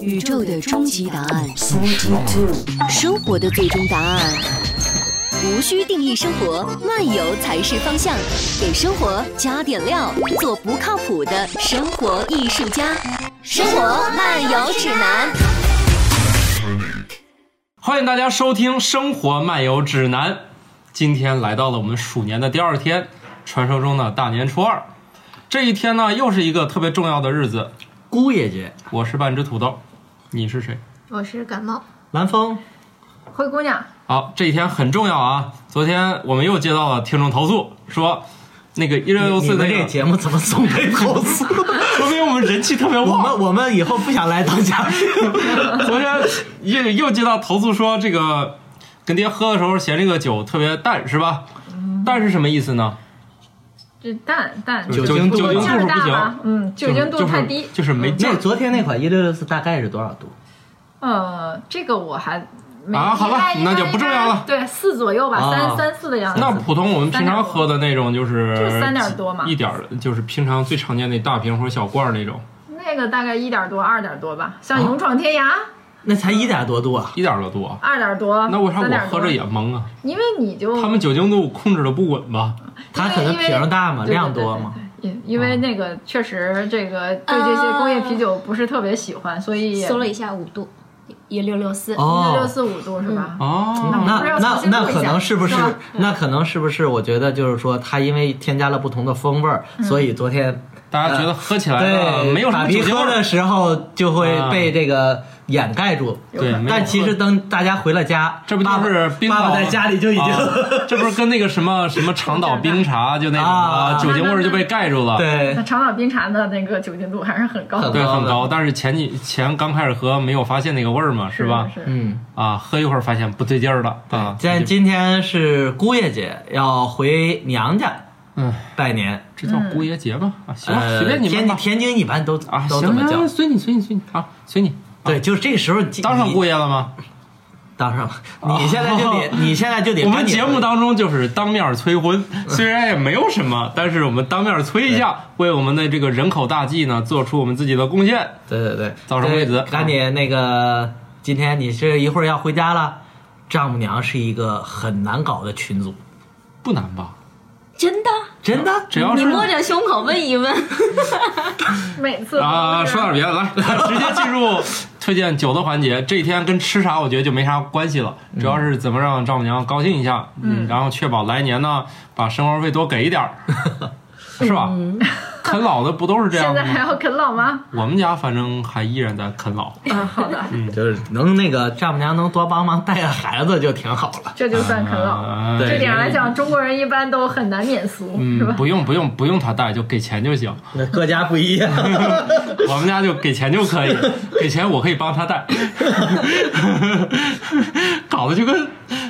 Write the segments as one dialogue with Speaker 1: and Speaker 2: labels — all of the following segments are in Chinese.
Speaker 1: 宇宙的终极答案，生活的最终答案。无需定义生活，漫游才是方向。给生活加点料，做不靠谱的生活艺术家。生活漫游指南。
Speaker 2: 欢迎大家收听《生活漫游指南》。今天来到了我们鼠年的第二天，传说中的大年初二。这一天呢，又是一个特别重要的日子。
Speaker 3: 姑爷节，
Speaker 2: 我是半只土豆，你是谁？
Speaker 4: 我是感冒
Speaker 3: 蓝风，
Speaker 4: 灰姑娘，
Speaker 2: 好，这一天很重要啊！昨天我们又接到了听众投诉，说那个一六六
Speaker 3: 你
Speaker 2: 四
Speaker 3: 们
Speaker 2: 那
Speaker 3: 这个
Speaker 2: 个，
Speaker 3: 节目怎么总被投诉？
Speaker 2: 说明我们人气特别
Speaker 3: 我
Speaker 2: 旺。
Speaker 3: 们我们以后不想来当 嘉宾。
Speaker 2: 昨天又又接到投诉说，这个跟爹喝的时候嫌这个酒特别淡，是吧？
Speaker 3: 嗯
Speaker 2: 淡是什么意思呢？
Speaker 4: 这淡淡
Speaker 2: 酒
Speaker 3: 酒精
Speaker 2: 酒
Speaker 3: 度
Speaker 2: 精
Speaker 3: 吧
Speaker 2: 度
Speaker 4: 劲
Speaker 2: 数
Speaker 4: 儿
Speaker 2: 不
Speaker 4: 大
Speaker 2: 行
Speaker 4: 吧，？嗯，酒精度太低。嗯
Speaker 2: 就是就是没劲儿。
Speaker 3: 那昨天那款一六六四大概是多少度？
Speaker 4: 呃，这个我还没
Speaker 2: 啊好了
Speaker 4: 应该
Speaker 2: 那就不重要了
Speaker 4: 应该对，四左右吧，
Speaker 3: 啊
Speaker 4: 三三四的样子。
Speaker 2: 那普通我们平常喝的那种就是
Speaker 4: 就是三点多嘛
Speaker 2: 一点儿就是平常最常见那大瓶或者小罐儿那种，
Speaker 4: 那个大概一点多、二点多吧，
Speaker 2: 啊
Speaker 4: 像《勇闯天涯》
Speaker 3: 那才一点多度啊！
Speaker 2: 一点儿都多啊。
Speaker 4: 二点多。
Speaker 2: 那为啥
Speaker 4: 三点
Speaker 2: 我
Speaker 4: 多嗯
Speaker 2: 喝着也？懵啊？
Speaker 4: 因为你就
Speaker 2: 他们酒精度控制的不稳吧？
Speaker 3: 它可能
Speaker 4: 因为
Speaker 3: 瓶大嘛，
Speaker 4: 对对对
Speaker 3: 量多嘛。
Speaker 4: 对因因
Speaker 2: 啊
Speaker 4: 为那个确实这个对这些工业啤酒不是特别喜欢，所以
Speaker 5: 搜啊了一下五度，一六六四。
Speaker 4: 六
Speaker 3: 哦，
Speaker 4: 四五度是吧？
Speaker 2: 哦，
Speaker 4: 那我
Speaker 3: 那
Speaker 4: 不是要
Speaker 3: 那
Speaker 4: 重新
Speaker 3: 那
Speaker 4: 录一下
Speaker 3: 可能是不是
Speaker 4: 是吧？嗯
Speaker 3: 那可能是不是？我觉得就是说，它因为添加了不同的风味儿，
Speaker 4: 嗯
Speaker 3: 所以昨天
Speaker 2: 大家觉得喝起来呢
Speaker 3: 对
Speaker 2: 没有什
Speaker 3: 塔
Speaker 2: 么
Speaker 3: 皮
Speaker 2: 酒精味
Speaker 3: 喝的
Speaker 2: 儿？啊
Speaker 3: 时候就会被这个掩盖住。
Speaker 2: 对，没有
Speaker 3: 但其
Speaker 2: 喝
Speaker 3: 实等大家回了家，
Speaker 2: 这不就是冰
Speaker 3: 爸爸
Speaker 2: 岛
Speaker 3: 爸爸在家里就已经、
Speaker 2: 啊这不是跟那个什么什么长岛冰茶就那种
Speaker 3: 啊
Speaker 2: 酒精味儿就被盖住了，
Speaker 3: 对
Speaker 4: 那长岛冰茶的那个酒精度还是很高的，
Speaker 2: 对，
Speaker 3: 高
Speaker 2: 很
Speaker 3: 的
Speaker 2: 高。但是前几前刚开始喝没有发现那个味儿嘛，
Speaker 4: 是
Speaker 2: 吧？
Speaker 4: 是
Speaker 3: 嗯，
Speaker 2: 啊，喝一会儿发现不对劲儿了啊，
Speaker 3: 今今天是姑爷节，要回娘家
Speaker 2: 嗯，
Speaker 3: 拜年。
Speaker 2: 这
Speaker 5: 嗯
Speaker 2: 叫姑爷节吗？啊，行了，
Speaker 3: 呃，
Speaker 2: 随便你们
Speaker 3: 天
Speaker 2: 吧。
Speaker 3: 天津一般都
Speaker 2: 啊，
Speaker 3: 都
Speaker 2: 行
Speaker 3: 怎么叫
Speaker 2: 了，？随你随你随你啊，随你。
Speaker 3: 对，就是这个时候你
Speaker 2: 当上姑
Speaker 3: 爷，
Speaker 2: 爷了吗？
Speaker 3: 当上了。你现在就 得，你现在就得
Speaker 2: 我
Speaker 3: 赶紧。
Speaker 2: 们节目当中就是当面催 婚，虽然也没有什么，但是我们当面催一下，为我们的这个人口大计呢做出我们自己的贡献。
Speaker 3: 对对对，
Speaker 2: 早生贵子
Speaker 3: 对赶紧那个，今天你是一会儿要回家了。丈母娘是一个很难搞的群组，
Speaker 2: 不难吧？
Speaker 5: 真的？
Speaker 3: 真的。
Speaker 2: 只要
Speaker 5: 你
Speaker 2: 是
Speaker 5: 摸着胸口问一问。
Speaker 4: 每 次都
Speaker 2: 啊，
Speaker 4: 是
Speaker 2: 说点别的，来， 直接进入推荐酒的环节。这一天跟吃啥，我觉得就没啥关系了，
Speaker 4: 嗯
Speaker 2: 主要是怎么让丈母娘高兴一下，嗯，然后确保来年呢，把生活费多给一点儿， 是吧？啃老的不都是这样
Speaker 4: 嗯现在
Speaker 2: 的吗
Speaker 4: 还？要啃老吗？
Speaker 2: 我们家反正还依然在啃老，
Speaker 4: 嗯，好的，
Speaker 3: 就是能那个丈母娘能多帮忙带个孩子就挺好了。
Speaker 4: 这就算啃老。
Speaker 2: 啊
Speaker 3: 对
Speaker 4: 哦这点来讲，中国人一般都很难免俗，是
Speaker 2: 嗯，
Speaker 4: 吧？
Speaker 2: 不用不用不用他带，就给钱就 行。
Speaker 3: 那各家不一样，
Speaker 2: 我们家就给钱就可以，给钱我可以帮他 带，搞得就跟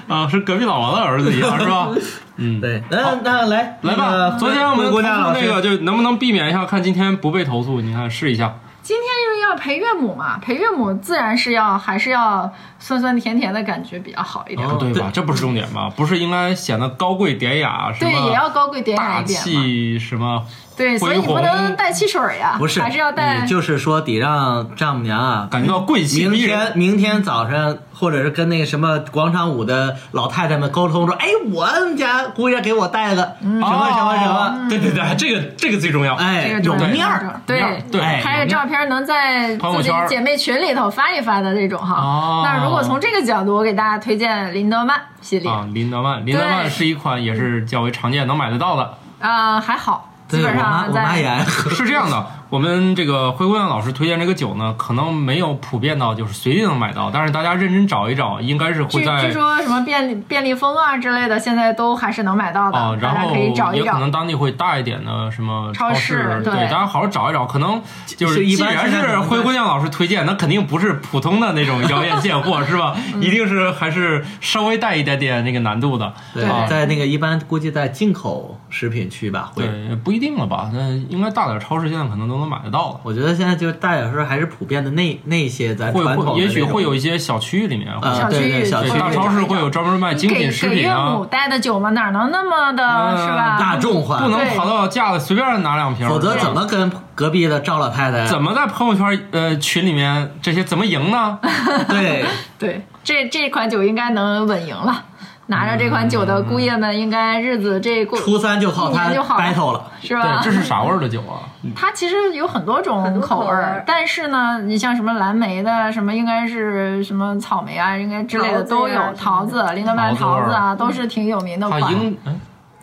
Speaker 2: 啊是隔壁老王的儿子一样，是吧？嗯，
Speaker 3: 对，那那来
Speaker 2: 来
Speaker 3: 那
Speaker 2: 吧，
Speaker 3: 个
Speaker 2: 昨天我们
Speaker 3: 姑娘
Speaker 2: 投
Speaker 3: 老
Speaker 2: 诉
Speaker 3: 师
Speaker 2: 那个，就能不能避免一下，看今天不被投诉？你看试一下，
Speaker 4: 今天因为要陪岳母嘛，陪岳母自然是要还是要酸酸甜甜的感觉比较好一点。
Speaker 2: 不对吧？这不是重点吗？不是应该显得高贵典雅什
Speaker 4: 对，也
Speaker 2: 么
Speaker 4: 要高贵典雅
Speaker 2: 大
Speaker 4: 一点嘛。
Speaker 2: 气什么？
Speaker 4: 对，所以你不
Speaker 2: 恢宏
Speaker 4: 能带汽水呀，
Speaker 3: 不是，
Speaker 4: 还是要带
Speaker 3: 你。就是说得让丈母娘啊，
Speaker 2: 感觉到贵气
Speaker 3: 明
Speaker 2: 逼人。
Speaker 3: 天明天早上，或者是跟那个什么广场舞的老太太们沟通说，哎，我们家姑爷给我带个什么什么什么，
Speaker 2: 哦？对对对，这个这个最重要。
Speaker 4: 嗯这
Speaker 3: 哎，
Speaker 4: 个
Speaker 3: 有
Speaker 4: 重要
Speaker 3: 面儿，
Speaker 4: 对
Speaker 2: 面儿对
Speaker 3: 哎
Speaker 4: 拍个照片能在
Speaker 2: 朋友
Speaker 4: 自己
Speaker 2: 圈
Speaker 4: 姐妹群里头发一发的这种
Speaker 2: 哦
Speaker 4: 哈。那如果从这个角度，我给大家推荐林德曼系列
Speaker 2: 啊，林德曼，林德曼
Speaker 4: 对
Speaker 2: 是一款也是较为常见能买得到的。
Speaker 4: 啊，还好，基
Speaker 3: 对我
Speaker 4: 本
Speaker 3: 妈
Speaker 4: 上
Speaker 3: 我妈也
Speaker 4: 在
Speaker 3: 爱喝，
Speaker 2: 是这样的，我们这个灰姑娘老师推荐这个酒呢，可能没有普遍到就是随地能买到，但是大家认真找一找，应该是会
Speaker 4: 据
Speaker 2: 在
Speaker 4: 据说什么便利便利蜂啊之类的，现在都还是能买到的，
Speaker 2: 啊，然
Speaker 4: 大家
Speaker 2: 后
Speaker 4: 可以找一
Speaker 2: 也可
Speaker 4: 找
Speaker 2: 能。当地会大一点的什么
Speaker 4: 超市
Speaker 2: 市，对，
Speaker 4: 对
Speaker 2: 大家好好找一找，可能就是
Speaker 3: 一
Speaker 2: 既
Speaker 3: 般
Speaker 2: 然
Speaker 3: 现在可
Speaker 2: 是
Speaker 3: 能
Speaker 2: 灰姑娘老师推荐，那肯定不是普通的那种 谣言现货是吧？
Speaker 4: 嗯
Speaker 2: 一定是还是稍微带一点点那个难度的，啊
Speaker 3: 对，在那个一般估计在进口食品区吧，会
Speaker 2: 对，不一定了吧？那应该大点超市现在可能都都能买得到了。
Speaker 3: 我觉得现在就是大小声还是普遍的那那些咱
Speaker 2: 会
Speaker 3: 传统
Speaker 2: 会，
Speaker 3: 的
Speaker 2: 也许
Speaker 3: 那种
Speaker 2: 会有一些小区域里面，会
Speaker 3: 呃
Speaker 4: 小区
Speaker 3: 对对
Speaker 4: 域
Speaker 3: 小
Speaker 4: 对
Speaker 2: 对，
Speaker 3: 区域
Speaker 2: 大超市会有专门卖精
Speaker 4: 给
Speaker 2: 品食
Speaker 4: 给
Speaker 2: 品
Speaker 4: 岳
Speaker 2: 啊
Speaker 4: 母，带的酒嘛，哪能那么的
Speaker 2: 嗯
Speaker 4: 是吧？
Speaker 3: 大众化，
Speaker 2: 不能跑到架子随便拿两瓶儿，
Speaker 3: 否则怎么跟隔壁的赵老太太
Speaker 2: 怎么在朋友圈呃群里面这些怎么赢呢？
Speaker 3: 对？
Speaker 4: 对，这这款酒应该能稳赢了。拿着这款酒的姑爷
Speaker 2: 嗯
Speaker 4: 们，应该日子这过
Speaker 3: 初三就靠
Speaker 4: 一
Speaker 3: 他
Speaker 4: 年就好了
Speaker 3: battle 了，
Speaker 4: 是吧
Speaker 2: 对，？这是啥味儿的酒 啊？
Speaker 4: 它其实有很多
Speaker 5: 很
Speaker 4: 种
Speaker 5: 多口
Speaker 4: 口味儿
Speaker 5: 味儿，
Speaker 4: 但是呢，你像什么蓝莓的，什么应该是什么草莓啊，应该之类的
Speaker 5: 桃
Speaker 4: 都
Speaker 5: 子呀
Speaker 4: 有，桃子、林德曼
Speaker 2: 桃子味
Speaker 4: 桃
Speaker 2: 儿
Speaker 4: 子啊，都是挺有名的
Speaker 2: 它
Speaker 4: 款。
Speaker 2: 樱哎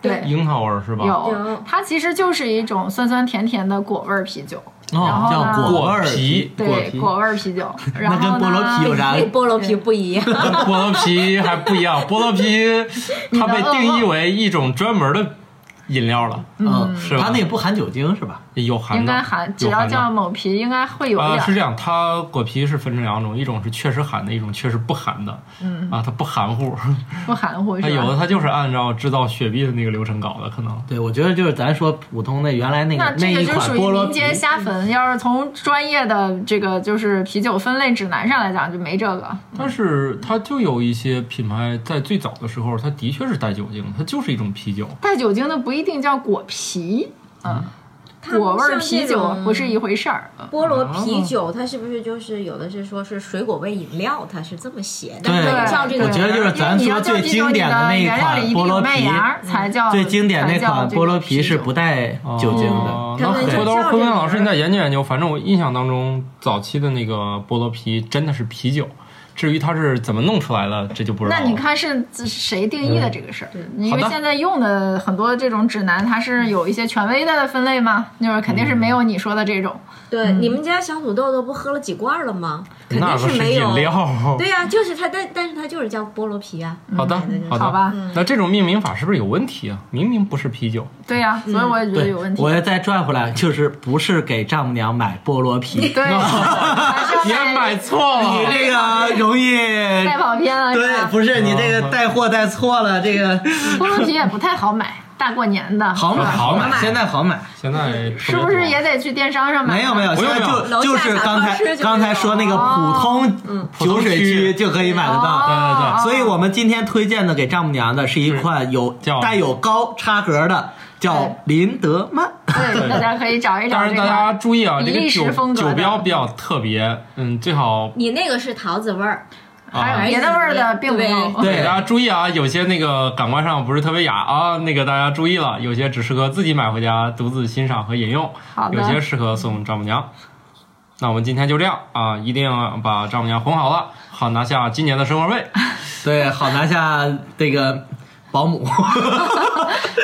Speaker 4: 对，
Speaker 2: 樱桃味儿是吧？
Speaker 4: 嗯有
Speaker 3: 哦
Speaker 5: 有，
Speaker 4: 它其实就是一种酸酸甜甜的果味儿啤酒，然
Speaker 3: 哦，
Speaker 4: 后呢
Speaker 3: 叫果味儿
Speaker 2: 皮，
Speaker 4: 对，果味儿 啤酒。然
Speaker 3: 那
Speaker 4: 后
Speaker 3: 跟菠
Speaker 4: 呢？
Speaker 3: 萝啤有啥？
Speaker 5: 跟菠萝皮不一样，
Speaker 2: 跟菠萝啤还不一样，菠 萝啤它被定义为一种专门的饮料了，
Speaker 3: 嗯，
Speaker 2: 是吧
Speaker 3: 它那也不含酒精是吧？
Speaker 2: 有含
Speaker 4: 应
Speaker 2: 的，
Speaker 4: 该含，只
Speaker 2: 有
Speaker 4: 要
Speaker 2: 含
Speaker 4: 叫
Speaker 2: 的。
Speaker 4: 某啤，应该会有一
Speaker 2: 啊，
Speaker 4: 点
Speaker 2: 是
Speaker 4: 儿。
Speaker 2: 这样，它果啤是分成两种，一种是确实含的，一种确实不含的。嗯啊，它不含 糊，
Speaker 4: 不含糊
Speaker 3: 哎
Speaker 2: 它
Speaker 4: 是
Speaker 2: 有的
Speaker 4: 吧？
Speaker 2: 它就是按照制造雪碧的那个流程搞的，可能。
Speaker 3: 对，我觉得就是咱说普通的原来那个
Speaker 4: 那
Speaker 3: 那
Speaker 4: 这个
Speaker 3: 一
Speaker 4: 就
Speaker 3: 款
Speaker 4: 属于
Speaker 3: 菠萝
Speaker 4: 民
Speaker 3: 啤，
Speaker 4: 间瞎粉，要是从专业的这个就是啤酒分类指南上来讲，就没这个。
Speaker 2: 但是它就有一些品牌在最早的时候，它的确是带酒精，它就是一种啤酒。
Speaker 4: 带酒精的不一定叫果啤，嗯，果味儿啤酒不是一回事儿。嗯
Speaker 5: 菠萝啤酒，它是不是就是有的是说是水果味饮料，它是这么写，但是它
Speaker 4: 对
Speaker 5: 叫这个啊
Speaker 3: 我觉得就是咱
Speaker 4: 因为你要
Speaker 3: 说
Speaker 4: 叫
Speaker 3: 最
Speaker 4: 啤酒
Speaker 3: 经
Speaker 4: 你
Speaker 3: 典的
Speaker 4: 的
Speaker 3: 那一
Speaker 4: 原料里
Speaker 3: 款菠
Speaker 4: 一定有
Speaker 3: 萝
Speaker 4: 麦
Speaker 3: 啤，
Speaker 4: 芽才叫
Speaker 3: 最经典那
Speaker 4: 才叫
Speaker 3: 款
Speaker 4: 这个
Speaker 3: 菠萝啤是
Speaker 4: 酒嗯
Speaker 3: 不带酒精的。
Speaker 2: 哦
Speaker 5: 它
Speaker 2: 那
Speaker 5: 会
Speaker 2: 回头
Speaker 5: 叫
Speaker 2: 昆明
Speaker 5: 这个
Speaker 2: 老师
Speaker 5: 名儿
Speaker 2: 你再研究研究，反正我印象当中早期的那个菠萝啤真的是啤酒，至于它是怎么弄出来的，这
Speaker 3: 嗯
Speaker 2: 就不知道
Speaker 4: 那
Speaker 2: 了。
Speaker 4: 你看是谁定义的这个事儿？因
Speaker 2: 好
Speaker 4: 为
Speaker 2: 的
Speaker 4: 现在用的很多这种指南，它是有一些权威的分类嘛，就是肯定是没有你说的这种。
Speaker 5: 对，你们家小土豆豆不喝了几罐了吗？肯
Speaker 2: 那
Speaker 5: 定
Speaker 2: 个
Speaker 5: 没有
Speaker 2: 饮。料。
Speaker 5: 对呀、就是它，但但是它就是叫菠萝啤啊。
Speaker 2: 好的，好的，
Speaker 4: 嗯好吧
Speaker 2: 那这种命名法是不是有问题啊？明明不是啤酒，
Speaker 4: 对呀、所以我也觉得
Speaker 3: 对
Speaker 4: 有问，题。
Speaker 3: 我要再转回来，就是不是给丈母娘买菠萝啤，
Speaker 4: 对，还是
Speaker 2: 也
Speaker 4: 要
Speaker 2: 买错
Speaker 3: 你
Speaker 2: 了。
Speaker 3: 这个容 易
Speaker 4: 带跑偏了，啊是
Speaker 3: 对，
Speaker 4: 吧？
Speaker 3: 不是你这个带货带错了，这个
Speaker 4: 菠萝啤也不太好买，大过年的，
Speaker 3: 好买
Speaker 2: 好买
Speaker 3: 现在好买。
Speaker 2: 现在特别
Speaker 4: 是不
Speaker 2: 多
Speaker 4: 是也得去电商上买？啊
Speaker 3: 没有没有，
Speaker 2: 不
Speaker 3: 现
Speaker 2: 用
Speaker 3: 在
Speaker 2: 不
Speaker 3: 就
Speaker 5: 用
Speaker 3: 就是刚
Speaker 5: 楼下小超市就有
Speaker 3: 才刚才说那个普通酒水区就可以买得到。
Speaker 2: 对
Speaker 4: 哦
Speaker 3: 所以我们今天推荐的给丈母娘的是一款有
Speaker 2: 叫
Speaker 3: 带有高差格的，叫林德曼。
Speaker 4: 哦对，大家可以找一找
Speaker 2: 但
Speaker 4: 这
Speaker 2: 是大家
Speaker 4: 个。
Speaker 2: 注意啊，这
Speaker 4: 比
Speaker 2: 个
Speaker 4: 利时
Speaker 2: 酒
Speaker 4: 风格的
Speaker 2: 酒标比较特别，嗯，最好
Speaker 5: 你那个是桃子味儿，
Speaker 4: 还
Speaker 3: 啊
Speaker 4: 有别的味儿的并没有。
Speaker 3: 对
Speaker 2: 大家注意啊，有些那个感官上不是特别雅啊，那个大家注意了，有些只适合自己买回家独自欣赏和饮用，
Speaker 4: 好的
Speaker 2: 有些适合送丈母娘。那我们今天就这样啊，一定要把丈母娘哄好了，好拿下今年的生活费。
Speaker 3: 对，好拿下这个保姆，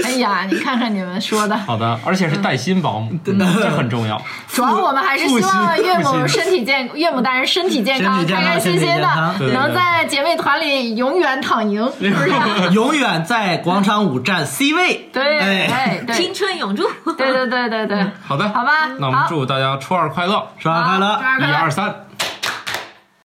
Speaker 4: 哎呀，你看看你们说的。
Speaker 2: 好的，而且是带薪保 姆，嗯这很重要。
Speaker 4: 主要我们还是希望岳母身体健，岳母大人身体健康，
Speaker 3: 身体健
Speaker 4: 开
Speaker 3: 康
Speaker 4: 开心心
Speaker 3: 身体健
Speaker 4: 的
Speaker 3: 康，哎
Speaker 2: 对对
Speaker 4: 能在姐妹团里永远躺赢，是不是？
Speaker 3: 永远在广场舞站 C 位。
Speaker 4: 对，
Speaker 3: 哎，嗯
Speaker 4: 哎，对
Speaker 5: 青，春永驻。
Speaker 4: 对对对对对，
Speaker 2: 好的，
Speaker 4: 好吧，
Speaker 2: 那我们
Speaker 4: 好
Speaker 2: 祝大家初二快乐，
Speaker 3: 生日快乐！
Speaker 4: 生日
Speaker 2: 一
Speaker 4: 快乐
Speaker 2: 二三。